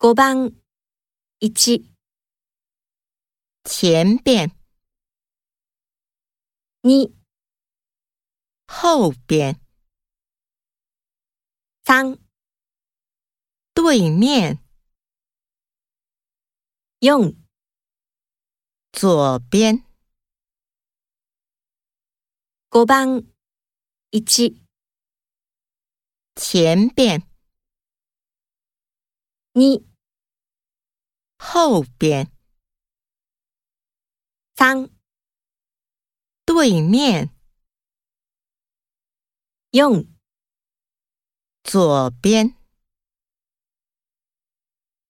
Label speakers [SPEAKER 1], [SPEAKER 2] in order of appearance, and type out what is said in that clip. [SPEAKER 1] 5番1、
[SPEAKER 2] 前边、
[SPEAKER 1] 2、
[SPEAKER 2] 后边、
[SPEAKER 1] 3、
[SPEAKER 2] 对面、
[SPEAKER 1] 4、
[SPEAKER 2] 左边、
[SPEAKER 1] 5番1、
[SPEAKER 2] 前边、
[SPEAKER 1] 2、
[SPEAKER 2] 后边、
[SPEAKER 1] 3、
[SPEAKER 2] 对面、
[SPEAKER 1] 4、
[SPEAKER 2] 左边、